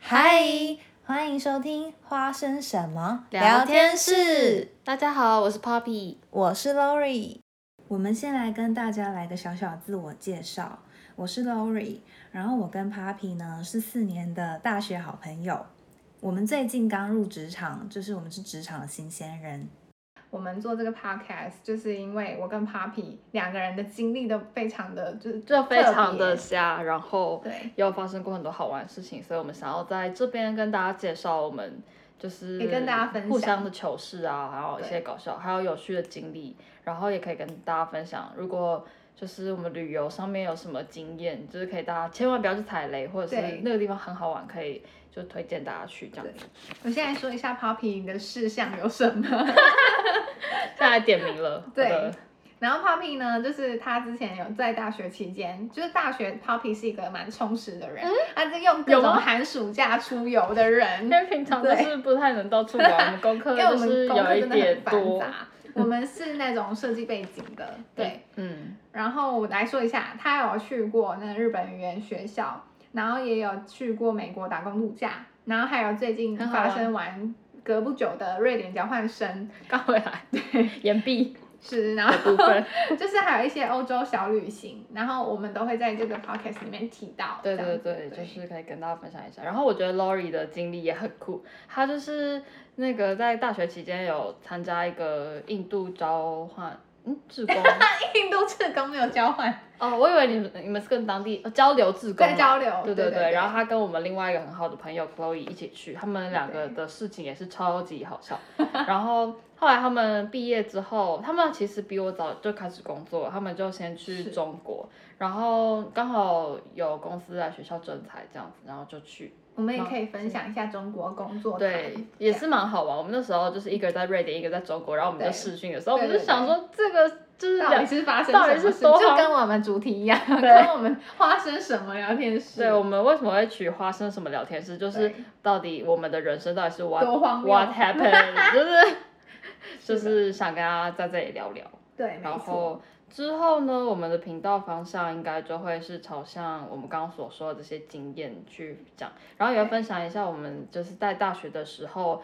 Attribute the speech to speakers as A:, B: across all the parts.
A: 嗨，欢迎收听《花生什么
B: 聊天室，大家好，我是 Poppy。
A: 我是 Lori。我们先来跟大家来个小小自我介绍，我是 Lori，然后我跟 Papi 呢是四年的大学好朋友，我们最近刚入职场，就是我们是职场的新鲜人。
C: 我们做这个 podcast，就是因为我跟 Papi 两个人的经历都非常的，就是
B: 就非常的
C: 特
B: 瞎，然后
C: 别对，
B: 也有发生过很多好玩的事情，所以我们想要在这边跟大家介绍我们就是
C: 也跟大家分享
B: 互相的糗事啊，还有一
C: 对
B: 些搞笑，还有有趣的经历，然后也可以跟大家分享，如果就是我们旅游上面有什么经验，就是可以大家千万不要去踩雷，或者是
C: 对
B: 那个地方很好玩，可以就推荐大家去这样子。
C: 我现在说一下 Papi 你的事项有什么。
B: 大家点名了，
C: 对
B: 好的
C: 然后 Poppy 呢，就是他之前有在大学期间，就是大学 Poppy 是一个蛮充实的人，他是用各
B: 嗯有
C: 种
B: 吗
C: 寒暑假出游 的人，
B: 因为平常就
C: 对
B: 是不太能到处玩， 我们功课
C: 因为我
B: 就
C: 们
B: 是
C: 功课
B: 有
C: 真
B: 一
C: 的很
B: 点
C: 繁
B: 多，
C: 杂。我们是那种设计背景的， 对。
B: 嗯，
C: 然后我来说一下，他有去过那日本语言学校，然后也有去过美国打工度假，然后还有最近
B: 很好玩啊
C: 发生完隔不久的瑞典交换生，
B: 刚回 来，岩壁
C: 是，然
B: 的部
C: 后
B: 分，
C: 就是还有一些欧洲小旅行，然后我们都会在这个 podcast 里面提到。
B: 对
C: 这样
B: 对
C: 子
B: 对，就是可以跟大家分享一下。然后我觉得 Lori 的经历也很酷，她就是那个在大学期间有参加一个印度交换，嗯，志 工。
C: 印度志工没有交换，
B: 哦，我以为你们你们是跟当地、哦交流志工嘛，
C: 在交流
B: 对
C: 哦对
B: 对
C: 对对
B: 然后他跟我们另外一个很好的朋友 Chloe 一起去，他们两个的事情也是超级好笑。然后后来他们毕业之后，他们其实比我早就开始工作，他们就先去
C: 是
B: 中国，然后刚好有公司来学校征才这样子，然后就去。
C: 我们也可以分享一下中国工作。
B: 对，也是蛮好玩。我们那时候就是一个在瑞典，一个在中国，然后我们就
C: 对
B: 视讯的时候，我
C: 对
B: 们就
C: 对
B: 想说这个就是
C: 到底
B: 两
C: 是发生
B: 到底
C: 什么
B: 是
C: 事
B: 多
C: 就
B: 好
C: 跟我们主题一样，
B: 对
C: 跟我们发生什么聊天室，
B: 对我们为什么会取花生什么聊天室，就是
C: 对
B: 到底我们的人生到底是 what
C: 多荒谬
B: what happened，就是就是
C: 的
B: 是想跟大家在这里聊聊。
C: 对，没
B: 然
C: 错，
B: 后之后呢，我们的频道方向应该就会是朝向我们刚刚所说的这些经验去讲，然后也会
C: 对
B: 分享一下我们就是在大学的时候。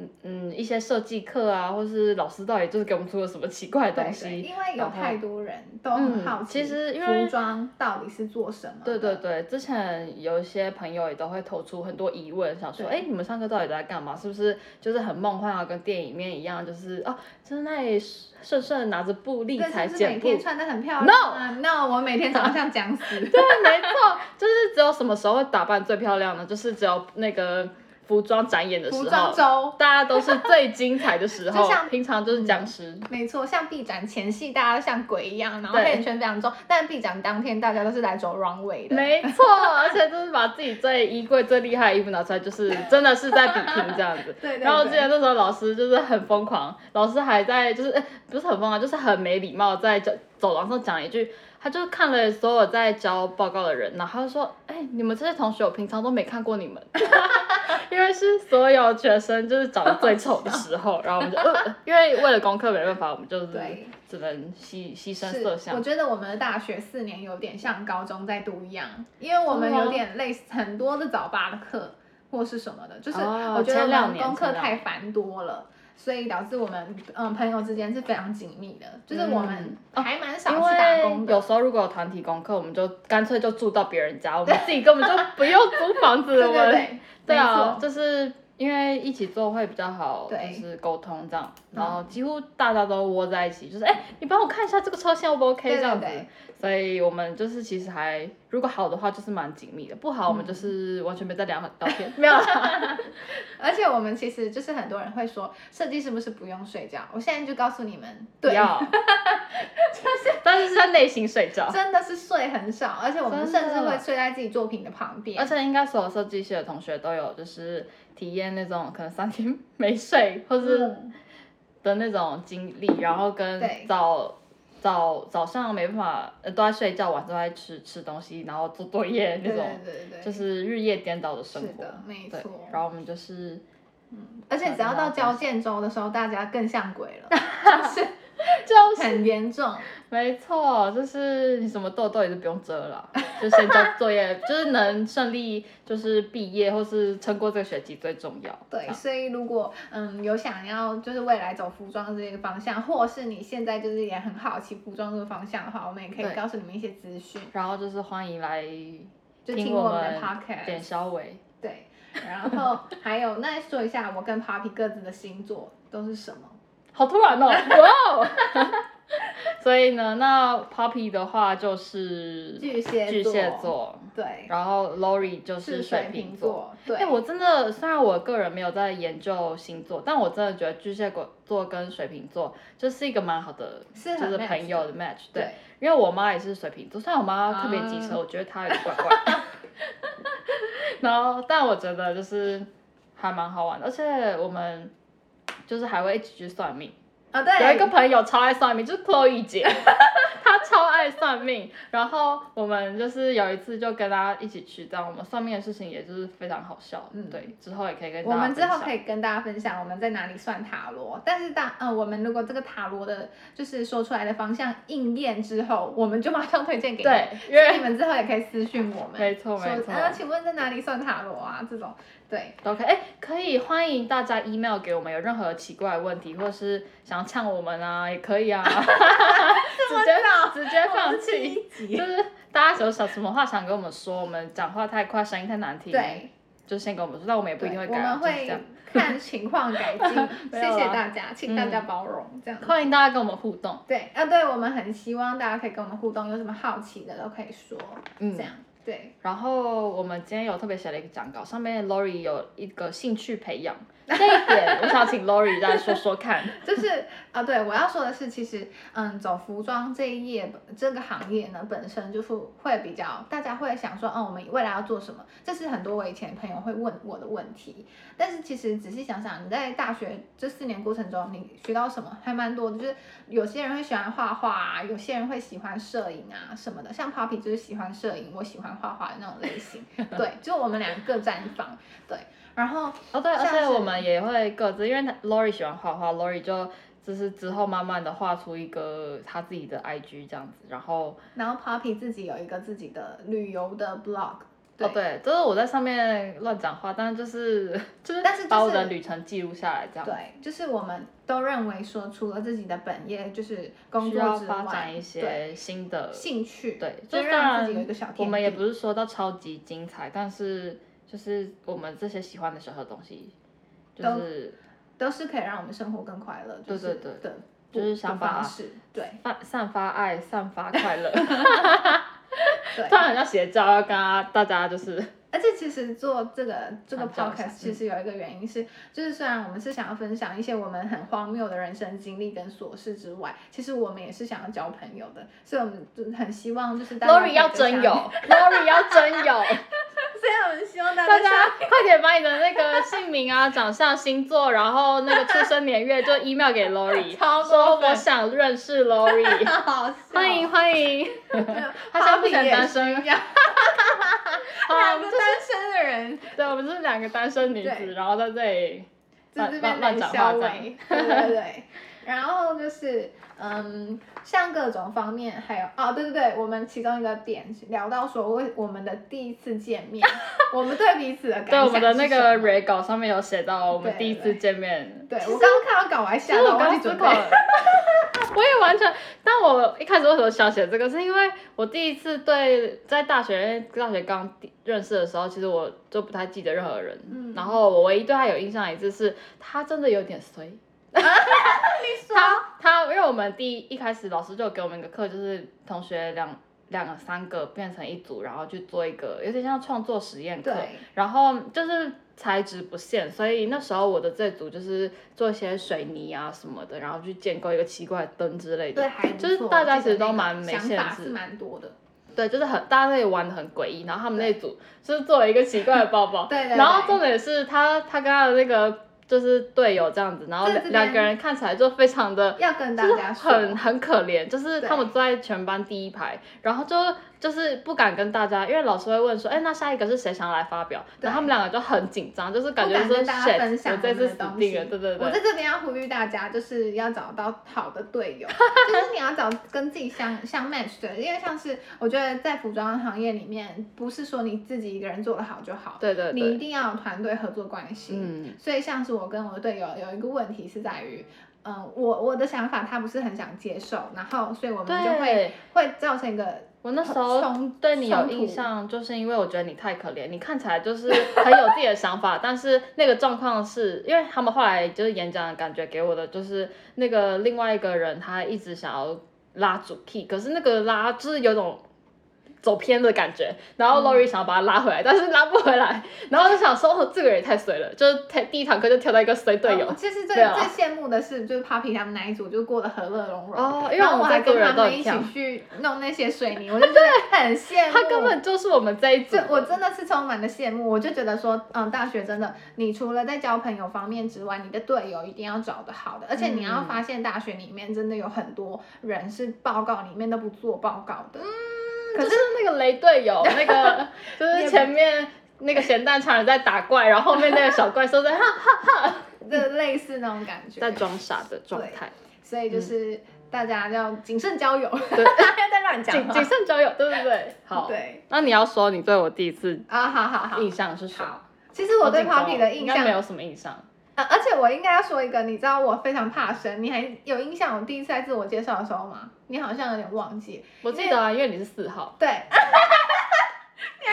B: 嗯嗯，一些设计课啊，或是老师到底就是给我们出了什么奇怪的
C: 对
B: 东
C: 对，
B: 西，
C: 因为有
B: 然后
C: 太多人都很
B: 嗯
C: 好奇，
B: 其实因为
C: 服装到底是做什么的？
B: 对对对，之前有一些朋友也都会投出很多疑问，想说，
C: 对
B: 哎，你们上课到底都在干嘛？是不是就是很梦幻啊，跟电影里面一样，就是哦，就是那里顺顺拿着布立
C: 对，
B: 裁
C: 就是每
B: 剪布，
C: 天穿的很漂亮啊。No，我每天早上像僵尸。 对，
B: 没错，就是只有什么时候会打扮最漂亮呢？就是只有那个服装展演的时候，
C: 服装周
B: 大家都是最精彩的时候
C: 就像，
B: 平常就是僵尸。
C: 没错，像 B 展前戏，大家都像鬼一样，然后
B: 对
C: 黑眼圈非常重。但 B 展当天，大家都是来走 runway 的。
B: 没错，而且就是把自己最衣柜最厉害的衣服拿出来，就是真的是在比拼这样子。
C: 对对对
B: 然后我记得那时候老师就是很疯狂，老师还在就是、哎不是很疯狂，就是很没礼貌，在走走廊上讲一句，他就看了所有在交报告的人，然后他就说：“哎、你们这些同学，我平常都没看过你们。” 因为是所有学生就是长得最丑的时候，然后我们就、呃、因为为了功课没办法，我们就是
C: 对
B: 只能牺牺牲
C: 是
B: 色，相
C: 我。觉得我们的大学四年有点像高中在读一样，因为我们有点类似很多的早八的课或是什么的，就是
B: 哦
C: 我觉得
B: 前两
C: 我们
B: 年
C: 功课
B: 前两
C: 太
B: 年
C: 繁多了。所以导致我们嗯朋友之间是非常紧密的，就是我们
B: 嗯
C: 还蛮少
B: 因
C: 去打工
B: 为
C: 的。
B: 有时候如果有团体功课，我们就干脆就住到别人家，我们自己根本就不用租房子
C: 对
B: 了。我
C: 对
B: 们
C: 对，
B: 对啊，
C: 没错，
B: 就是因为一起做会比较好，
C: 对
B: 就是沟通这样，然后几乎大家都窝在一起，就是哎、你帮我看一下这个车线 O 不 OK
C: 对对
B: 这样子。
C: 对
B: 所以我们就是其实还如果好的话就是蛮紧密的，不好我们就是完全没在聊聊天，没有啦。
C: 而且我们其实就是很多人会说，设计是不是不用睡觉？我现在就告诉你们，
B: 不
C: 对，
B: 要， 但是是在内心睡 觉。
C: 真的是睡很少，而且我们
B: 真
C: 甚
B: 的
C: 至会睡在自己作品的旁边
B: 而。且应该所有设计系的同学都有，就是体验那种可能三天 没睡或是
C: 嗯
B: 的那种经历，然后跟
C: 对
B: 早早早上没办法，呃都在睡觉，晚上都在吃吃东西，然后做作业那
C: 对
B: 种
C: 对，对对，
B: 就是日夜颠倒的生
C: 是
B: 活。
C: 的，没
B: 对
C: 错。，
B: 然后我们就是
C: 而且只要到交建州的时候，大家更像鬼 了， 就是
B: 就是
C: 很严重。
B: 没错，就是你什么痘痘也是不用遮了啦，就先 交作业，就是能顺利就是毕业或是撑过这个学期最重要。
C: 对，所以如果嗯有想要就是未来走服装这个方向，或是你现在就是也很好奇服装这个方向的话，我们也可
B: 对
C: 以告诉你们一些资讯，
B: 然后就是欢迎来
C: 就
B: 听
C: 听
B: 我
C: 我们的
B: 们点
C: podcast。
B: 小伟。
C: 对，然后 还有那说一下我跟 Poppy 各自的星座都是什么？
B: 好突 然哦，哇哦！ 所以呢，那 Poppy 的话就是
C: 巨蟹
B: 巨
C: 座
B: 蟹座，
C: 对，
B: 然后 Lori 就是水
C: 是水
B: 瓶
C: 瓶
B: 座。
C: 座。对，
B: 哎、我真的虽然我个人没有在研究星座，但我真的觉得巨蟹座跟水瓶座就是一个蛮好的，
C: 是
B: 就
C: 很
B: 是
C: match
B: 朋友的 match 对。
C: 对
B: 因为我妈也是水瓶座，虽然我妈特别机车，
C: 啊
B: 我觉得她有点怪怪的。 然后，但我觉得就是还蛮好玩的，而且我们就是还会一起去算命。
C: 啊、对，
B: 有一个朋友超爱算命，就是 Chloe 姐， 她超爱算命。然后我们就是有一次就跟大家一起去，这样我们算命的事情也就是非常好笑。
C: 嗯
B: 对，之后也可以跟大
C: 我
B: 家
C: 们之后
B: 分享
C: 可以跟大家分享我们在哪里算塔罗，但是当呃我们如果这个塔罗的就是说出来的方向应验之后，我们就马上推荐给你。
B: 对，因
C: 所以你
B: 为
C: 们之后也可以私讯我们，
B: 没错
C: 说
B: 没错
C: 啊，请问在哪里算塔罗啊？这种对，
B: 都可以，哎，可以欢迎大家 email 给我们，有任何奇怪的问题，或者是想呛我们啊，也可以 啊，直接直接放弃。
C: 弃
B: 就。是大家有想什么话想跟我们说，我们讲话太快，声音太难听，
C: 对，
B: 就先跟我们说，但我们也不一定会
C: 我
B: 改啊，
C: 们
B: 就是这
C: 会
B: 样。
C: 看情况改进，
B: 没有
C: 谢
B: 啦啊
C: 谢大家，请大家包容，这样。
B: 欢迎大家跟我们互动，
C: 对啊，对我们很希望大家可以跟我们互动，有什么好奇的都可以说，
B: 嗯
C: 这样对。
B: 然后我们今天有特别写了一个讲稿，上面 Lori 有一个兴趣培养这一点，我想请 Lori 再说说看。
C: 就是啊，对我要说的是，其实嗯，走服装这一业这个行业呢，本身就是会比较大家会想说，嗯，我们未来要做什么？这是很多我以前朋友会问我的问题。但是其实仔细想想，你在大学这四年过程中，你学到什么还蛮多的，就是有些人会喜欢画画、啊，有些人会喜欢摄影啊什么的。像 Poppy 就是喜欢摄影，我喜欢画画的那种类型。对，就我们俩各占一方。对，然后
B: 哦，对，而
C: 像
B: 且
C: 是
B: 我们也会各自，因为 Lori 喜欢画画，Lori 就就是之后慢慢的画出一个他自己的 IG 这样子，然后
C: 然后 Poppy 自己有一个自己的旅游的 blog，
B: 哦对，就是我在上面乱讲话，但是就是 就是
C: 但是就是
B: 把我的旅程记录下来这样，
C: 对，就是我们都认为说，除了自己的本业，就是工
B: 需要
C: 作之
B: 发展
C: 外，
B: 一
C: 对
B: 些新的
C: 兴趣，
B: 对，
C: 就
B: 就
C: 让自己有
B: 算
C: 一个小天地。
B: 我们也不是说到超级精彩，但是就是我们这些喜欢的小小东西，就
C: 都
B: 是
C: 都是可以让我们生活更快乐，就
B: 对
C: 是
B: 对对
C: 的
B: 就是
C: 的
B: 想把
C: 方式， 对
B: 发散发爱，散发快 乐。
C: 对
B: 突。然很像邪教，要跟大家大家就是
C: 而且其实做这个这个
B: 传教一下嗯
C: podcast 其实有一个原因是，就是虽然我们是想要分享一些我们很荒谬的人生经历跟琐事之外，其实我们也是想要交朋友的，所以我们就很希望就是大家
B: Lori 要真有 ，Lori 要真有，
C: 所以我们希望大
B: 大
C: 家
B: 家快点把你的那个姓名啊、长相、星座，然后那个出生年月就 email 给 Lori，
C: 超多
B: 说我
C: 粉
B: 想认识 Lori，
C: 好笑
B: 欢迎，欢迎， 他现在不想单身，好，我
C: 两
B: 们 就
C: 个单
B: 是
C: 身的人
B: 对，我们就是两个单身女子，
C: 对
B: 然后在这里
C: 在这边
B: 乱乱
C: 冷
B: 讲
C: 笑
B: 话这
C: 伟，对对对。 然后就是，嗯，像各种方面，还有哦，对对对，我们其中一个点聊到说，为我们的第一次见面， 我们对彼此的感
B: 对
C: 想
B: 我们的
C: 是
B: 那
C: 什
B: 个
C: 么
B: re 稿上面有写到我们
C: 对
B: 第一次
C: 对
B: 见面，
C: 对我刚刚看到稿，我还
B: 其
C: 吓
B: 实
C: 到，
B: 我
C: 忘
B: 刚
C: 记准
B: 思
C: 备
B: 考。了， 我也完全。但我一开始为什么想写这个，是因为我第一次对在大学大学刚认识的时候，其实我就不太记得任何人。
C: 嗯
B: 然后我唯一对他有印象的一次 是，他真的有点衰。
C: 说
B: 他他，因为我们第一一开始老师就有给我们一个课，就是同学两两个三个变成一组，然后去做一个有点像创作实验课。
C: 对，
B: 然后就是材质不限，所以那时候我的这组就是做一些水泥啊什么的，然后去建构一个奇怪的灯之类的。
C: 对，还不
B: 就是
C: 错
B: 大家
C: 我记
B: 其实
C: 得
B: 都
C: 那个
B: 蛮没限
C: 想法
B: 制
C: 是蛮多的。
B: 对，就是很大家那里玩的很诡异，然后他们那组就是做了一个奇怪的抱抱。
C: 对对对
B: 然后重点是他他跟他的那个就是队友这样子，然后
C: 在
B: 两
C: 这边
B: 两个人看起来就非常的
C: 要跟大
B: 就是
C: 家说，
B: 很很可怜，就是
C: 对
B: 他们坐在全班第一排，然后就就是不敢跟大家，因为老师会问说，哎、那下一个是谁想要来发表？
C: 对
B: 然后他们两个就很紧张，就是感
C: 不
B: 觉
C: 敢
B: 说
C: 跟大家分
B: shit，
C: 享
B: 我这次
C: 的
B: 死
C: 东
B: 定
C: 西。
B: 了，对对
C: 我在
B: 对。
C: 这边要呼吁大家，就是要找到好的队 友，就是你要找跟自己相相 match 的，因为像是我觉得在服装行业里面，不是说你自己一个人做得好就好，
B: 对对
C: 你一
B: 对，
C: 定要有团队合作关系。
B: 嗯，
C: 所以像是我跟我的队友有一个问题是在于，嗯、我我的想法他不是很想接受，然后所以我们就会
B: 对，
C: 会造成一个
B: 我那时候
C: 冲
B: 对你有
C: 冲突
B: 印象，就是因为我觉得你太可怜，你看起来就是很有自己的想法， 但是那个状况是因为他们后来就是演讲的感觉给我的就是那个另外一个人他一直想要拉主 key，可是那个拉就是有种。走偏的感觉，然后
C: 嗯
B: Lori 想要把他拉回来，但是拉不回来，然后就想说，哦，这个人也太衰了，就是太第一堂课就挑到一个衰队友
C: 哦，其实最
B: 对啊
C: 最羡慕的是，就是 Papi 他们那一组就过得和乐融融。
B: 哦因为
C: 然后
B: 我
C: 我
B: 们在
C: 还跟
B: 做人
C: 他
B: 都
C: 们
B: 很
C: 一起
B: 像
C: 去弄那些水泥，我就觉 得很羡慕。
B: 他根本就是我们这一组
C: 就
B: 的，
C: 我真的是充满了羡慕，我就觉得说，嗯，大学真的，你除了在交朋友方面之外，你的队友一定要找得好的，而且你要
B: 嗯
C: 发现大学里面真的有很多人是报告里面都不做报告的，
B: 可是那个雷队友，那个 就是前面那个咸蛋超人在打怪，然后后面那个小怪兽在哈哈嗯
C: 这类似那种感觉。
B: 在装傻的状态，
C: 所以就是大家要谨慎交友，
B: 嗯对，
C: 在乱讲
B: 谨
C: 话
B: 谨慎交友，对不对？好，
C: 对
B: 那你要说你对我第一次
C: 啊，好好好
B: 印象是什么？
C: 好。其实我对
B: 好紧张哦
C: Poppy 的印
B: 应该
C: 象
B: 没有什么印象，
C: 啊，而且我应该要说一个，你知道我非常怕生，你还有印象我第一次在自我介绍的时候吗？你好像有点忘记。
B: 我记得啊，因为你是四号，
C: 对，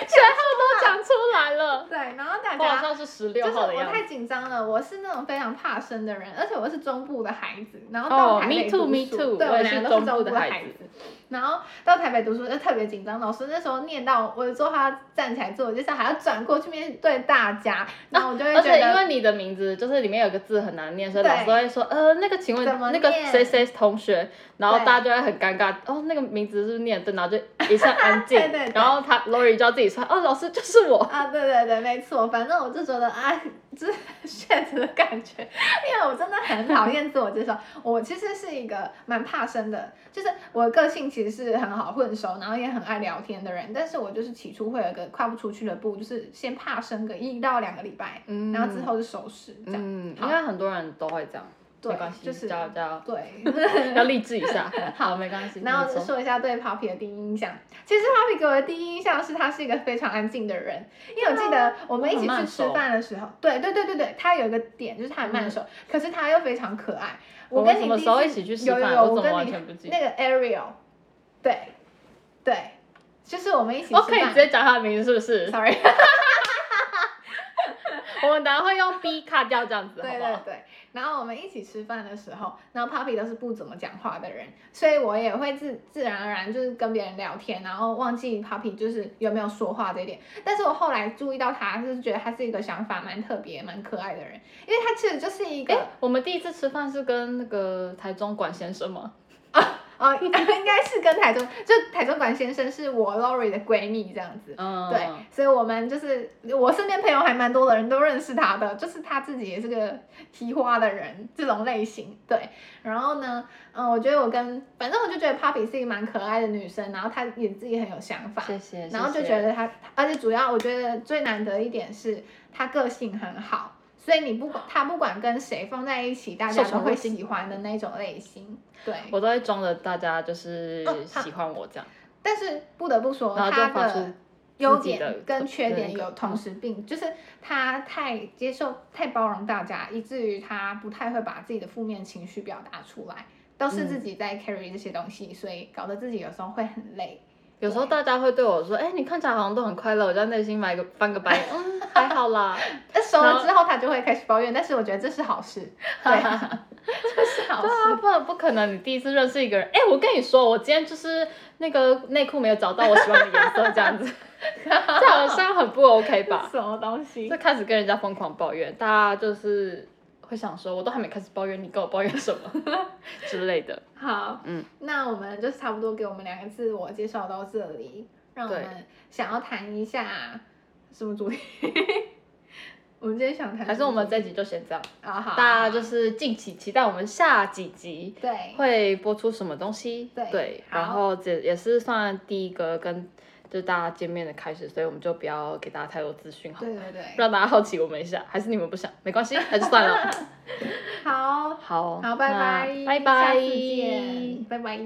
B: 全部都讲出来了，
C: 对，然后大
B: 我好
C: 家
B: 像是十
C: 就
B: 六
C: 是
B: 号的
C: 我
B: 样子
C: 太。紧张了，我是那种非常怕生的人，而且我是中部的孩子，然后
B: 哦
C: 到台
B: ，me
C: 北
B: too，
C: 读书
B: me too，
C: 对，
B: 我也
C: 们
B: 是中
C: 俩都
B: 部
C: 是中部
B: 的
C: 的
B: 孩
C: 孩
B: 子
C: 子。然后到台北读书就特别紧张，老师那时候念到我的时候，他要站起来做，我就是还要转过去面对大家，然后我就会
B: 而
C: 觉
B: 且
C: 得，
B: 因为你的名字就是里面有个字很难念，所以
C: 对
B: 老师会说，呃，那个请问
C: 怎么
B: 那个
C: 念
B: 谁谁同学，然后
C: 对
B: 大家就会很尴尬，哦，那个名字是不是念对，然后就一下安静，
C: 对对对
B: 然后他 Lori 就要自己说，哦，老师就是我，
C: 啊，对对对，没错，反正我就觉得啊，就是 shit 的感觉，因为我真的很讨厌自我介绍。我其实是一个蛮怕生的，就是我个性其实是很好混熟，然后也很爱聊天的人，但是我就是起初会有一个跨不出去的步，就是先怕生个一到两个礼拜，
B: 嗯
C: 然后之后就熟识这样。
B: 嗯，
C: 好
B: 应该很多人都会这样，
C: 对
B: 没关系，
C: 就是
B: 加油加 油，
C: 对，
B: 要励志一 下，好，没关系，
C: 然后
B: 你
C: 就
B: 说
C: 说一下对 Poppy 的第一印象。其实 Poppy 给我的第一印象是他是一个非常安静的人，因为我记
B: 啊
C: 得我们一起去吃饭的时候，对对对对对，他有一个点就是他很慢熟，可是他又非常可爱。
B: 嗯我
C: 跟
B: 们
C: 你
B: 什么
C: 第
B: 时候
C: 次
B: 一起去吃
C: 有有
B: 饭
C: 有，
B: 我怎么
C: 跟
B: 完
C: 你
B: 全不记得
C: 那个 Ariel，对对，就是我们一起吃
B: 我哦
C: 饭。
B: 可以直接讲他的名字是不是？
C: Sorry，
B: 我们等下会用 B 卡掉这样子，好
C: 对
B: 不
C: 对
B: 好？
C: 对，然后我们一起吃饭的时候，然后 Papi 都是不怎么讲话的人，所以我也会自自然而然就是跟别人聊天，然后忘记 Papi 就是有没有说话这一点。但是我后来注意到他，就是觉得他是一个想法蛮特别、蛮可爱的人，因为他其实就是一个
B: 哎，我们第一次吃饭是跟那个台中管先生吗？
C: 啊、 应该是跟台中，就台中管先生是我 Lori 的闺蜜这样子。
B: 嗯，
C: 对，所以我们就是我身边朋友还蛮多的人都认识他的，就是他自己也是个提花的人这种类型。对，然后呢，嗯，我觉得我跟反正我就觉得 Papi 是一个蛮可爱的女生，然后她也自己很有想法，
B: 谢谢。
C: 然后就
B: 谢谢
C: 觉得她，而且主要我觉得最难得一点是她个性很好。所以你不管她不管跟谁放在一起，大
B: 受
C: 家都
B: 宠
C: 会
B: 若惊
C: 喜欢的那种类型。对，
B: 我都会装着大家就是
C: 哦好
B: 喜欢我这样，
C: 但是不得不说，
B: 然后
C: 他
B: 就发出
C: 的优
B: 自己的
C: 点跟缺点
B: 那
C: 有
B: 个
C: 同时并，就是他太接受、太包容大家，以至于他不太会把自己的负面情绪表达出来，都是
B: 嗯
C: 自己在 carry 这些东西，所以搞得自己有时候会很累。
B: 有时候大家会对我说：“哎、你看起来好像都很快乐。”我在内心买个翻个白眼， 嗯，还好啦。
C: 但熟
B: 然
C: 了
B: 后
C: 之后，他就会开始抱怨，但是我觉得这是好事，对，这哦是好
B: 对啊，
C: 事。
B: 不然不可能，你第一次认识一个人，哎、我跟你说，我今天就是那个内裤没有找到我喜欢的颜色，这样 子，
C: 啊
B: 这好像很不 OK 吧？
C: 什么东西
B: 就？开始跟人家疯狂抱怨，大家就是会想说：“我都还没开始抱怨，你跟我抱怨什么 之类的。
C: 好，
B: 嗯，
C: 那我们就是差不多给我们两个自我介绍到这里，让我
B: 对
C: 们想要谈一下什么主题？ 我们今天想谈
B: 还是我们这集就先这样，
C: 啊好，
B: 大家就是敬请期待我们下几集
C: 对
B: 会播出什么东西。
C: 对好
B: 然后这也是算第一个跟就大家见面的开始，所以我们就不要给大家太多资讯好了，
C: 对对对，
B: 让大家好奇我们一下，还是你们不想？没关系，那就算 了。
C: 好
B: 好，
C: 好拜拜
B: 那拜
C: 下
B: 拜，
C: 次见，拜拜。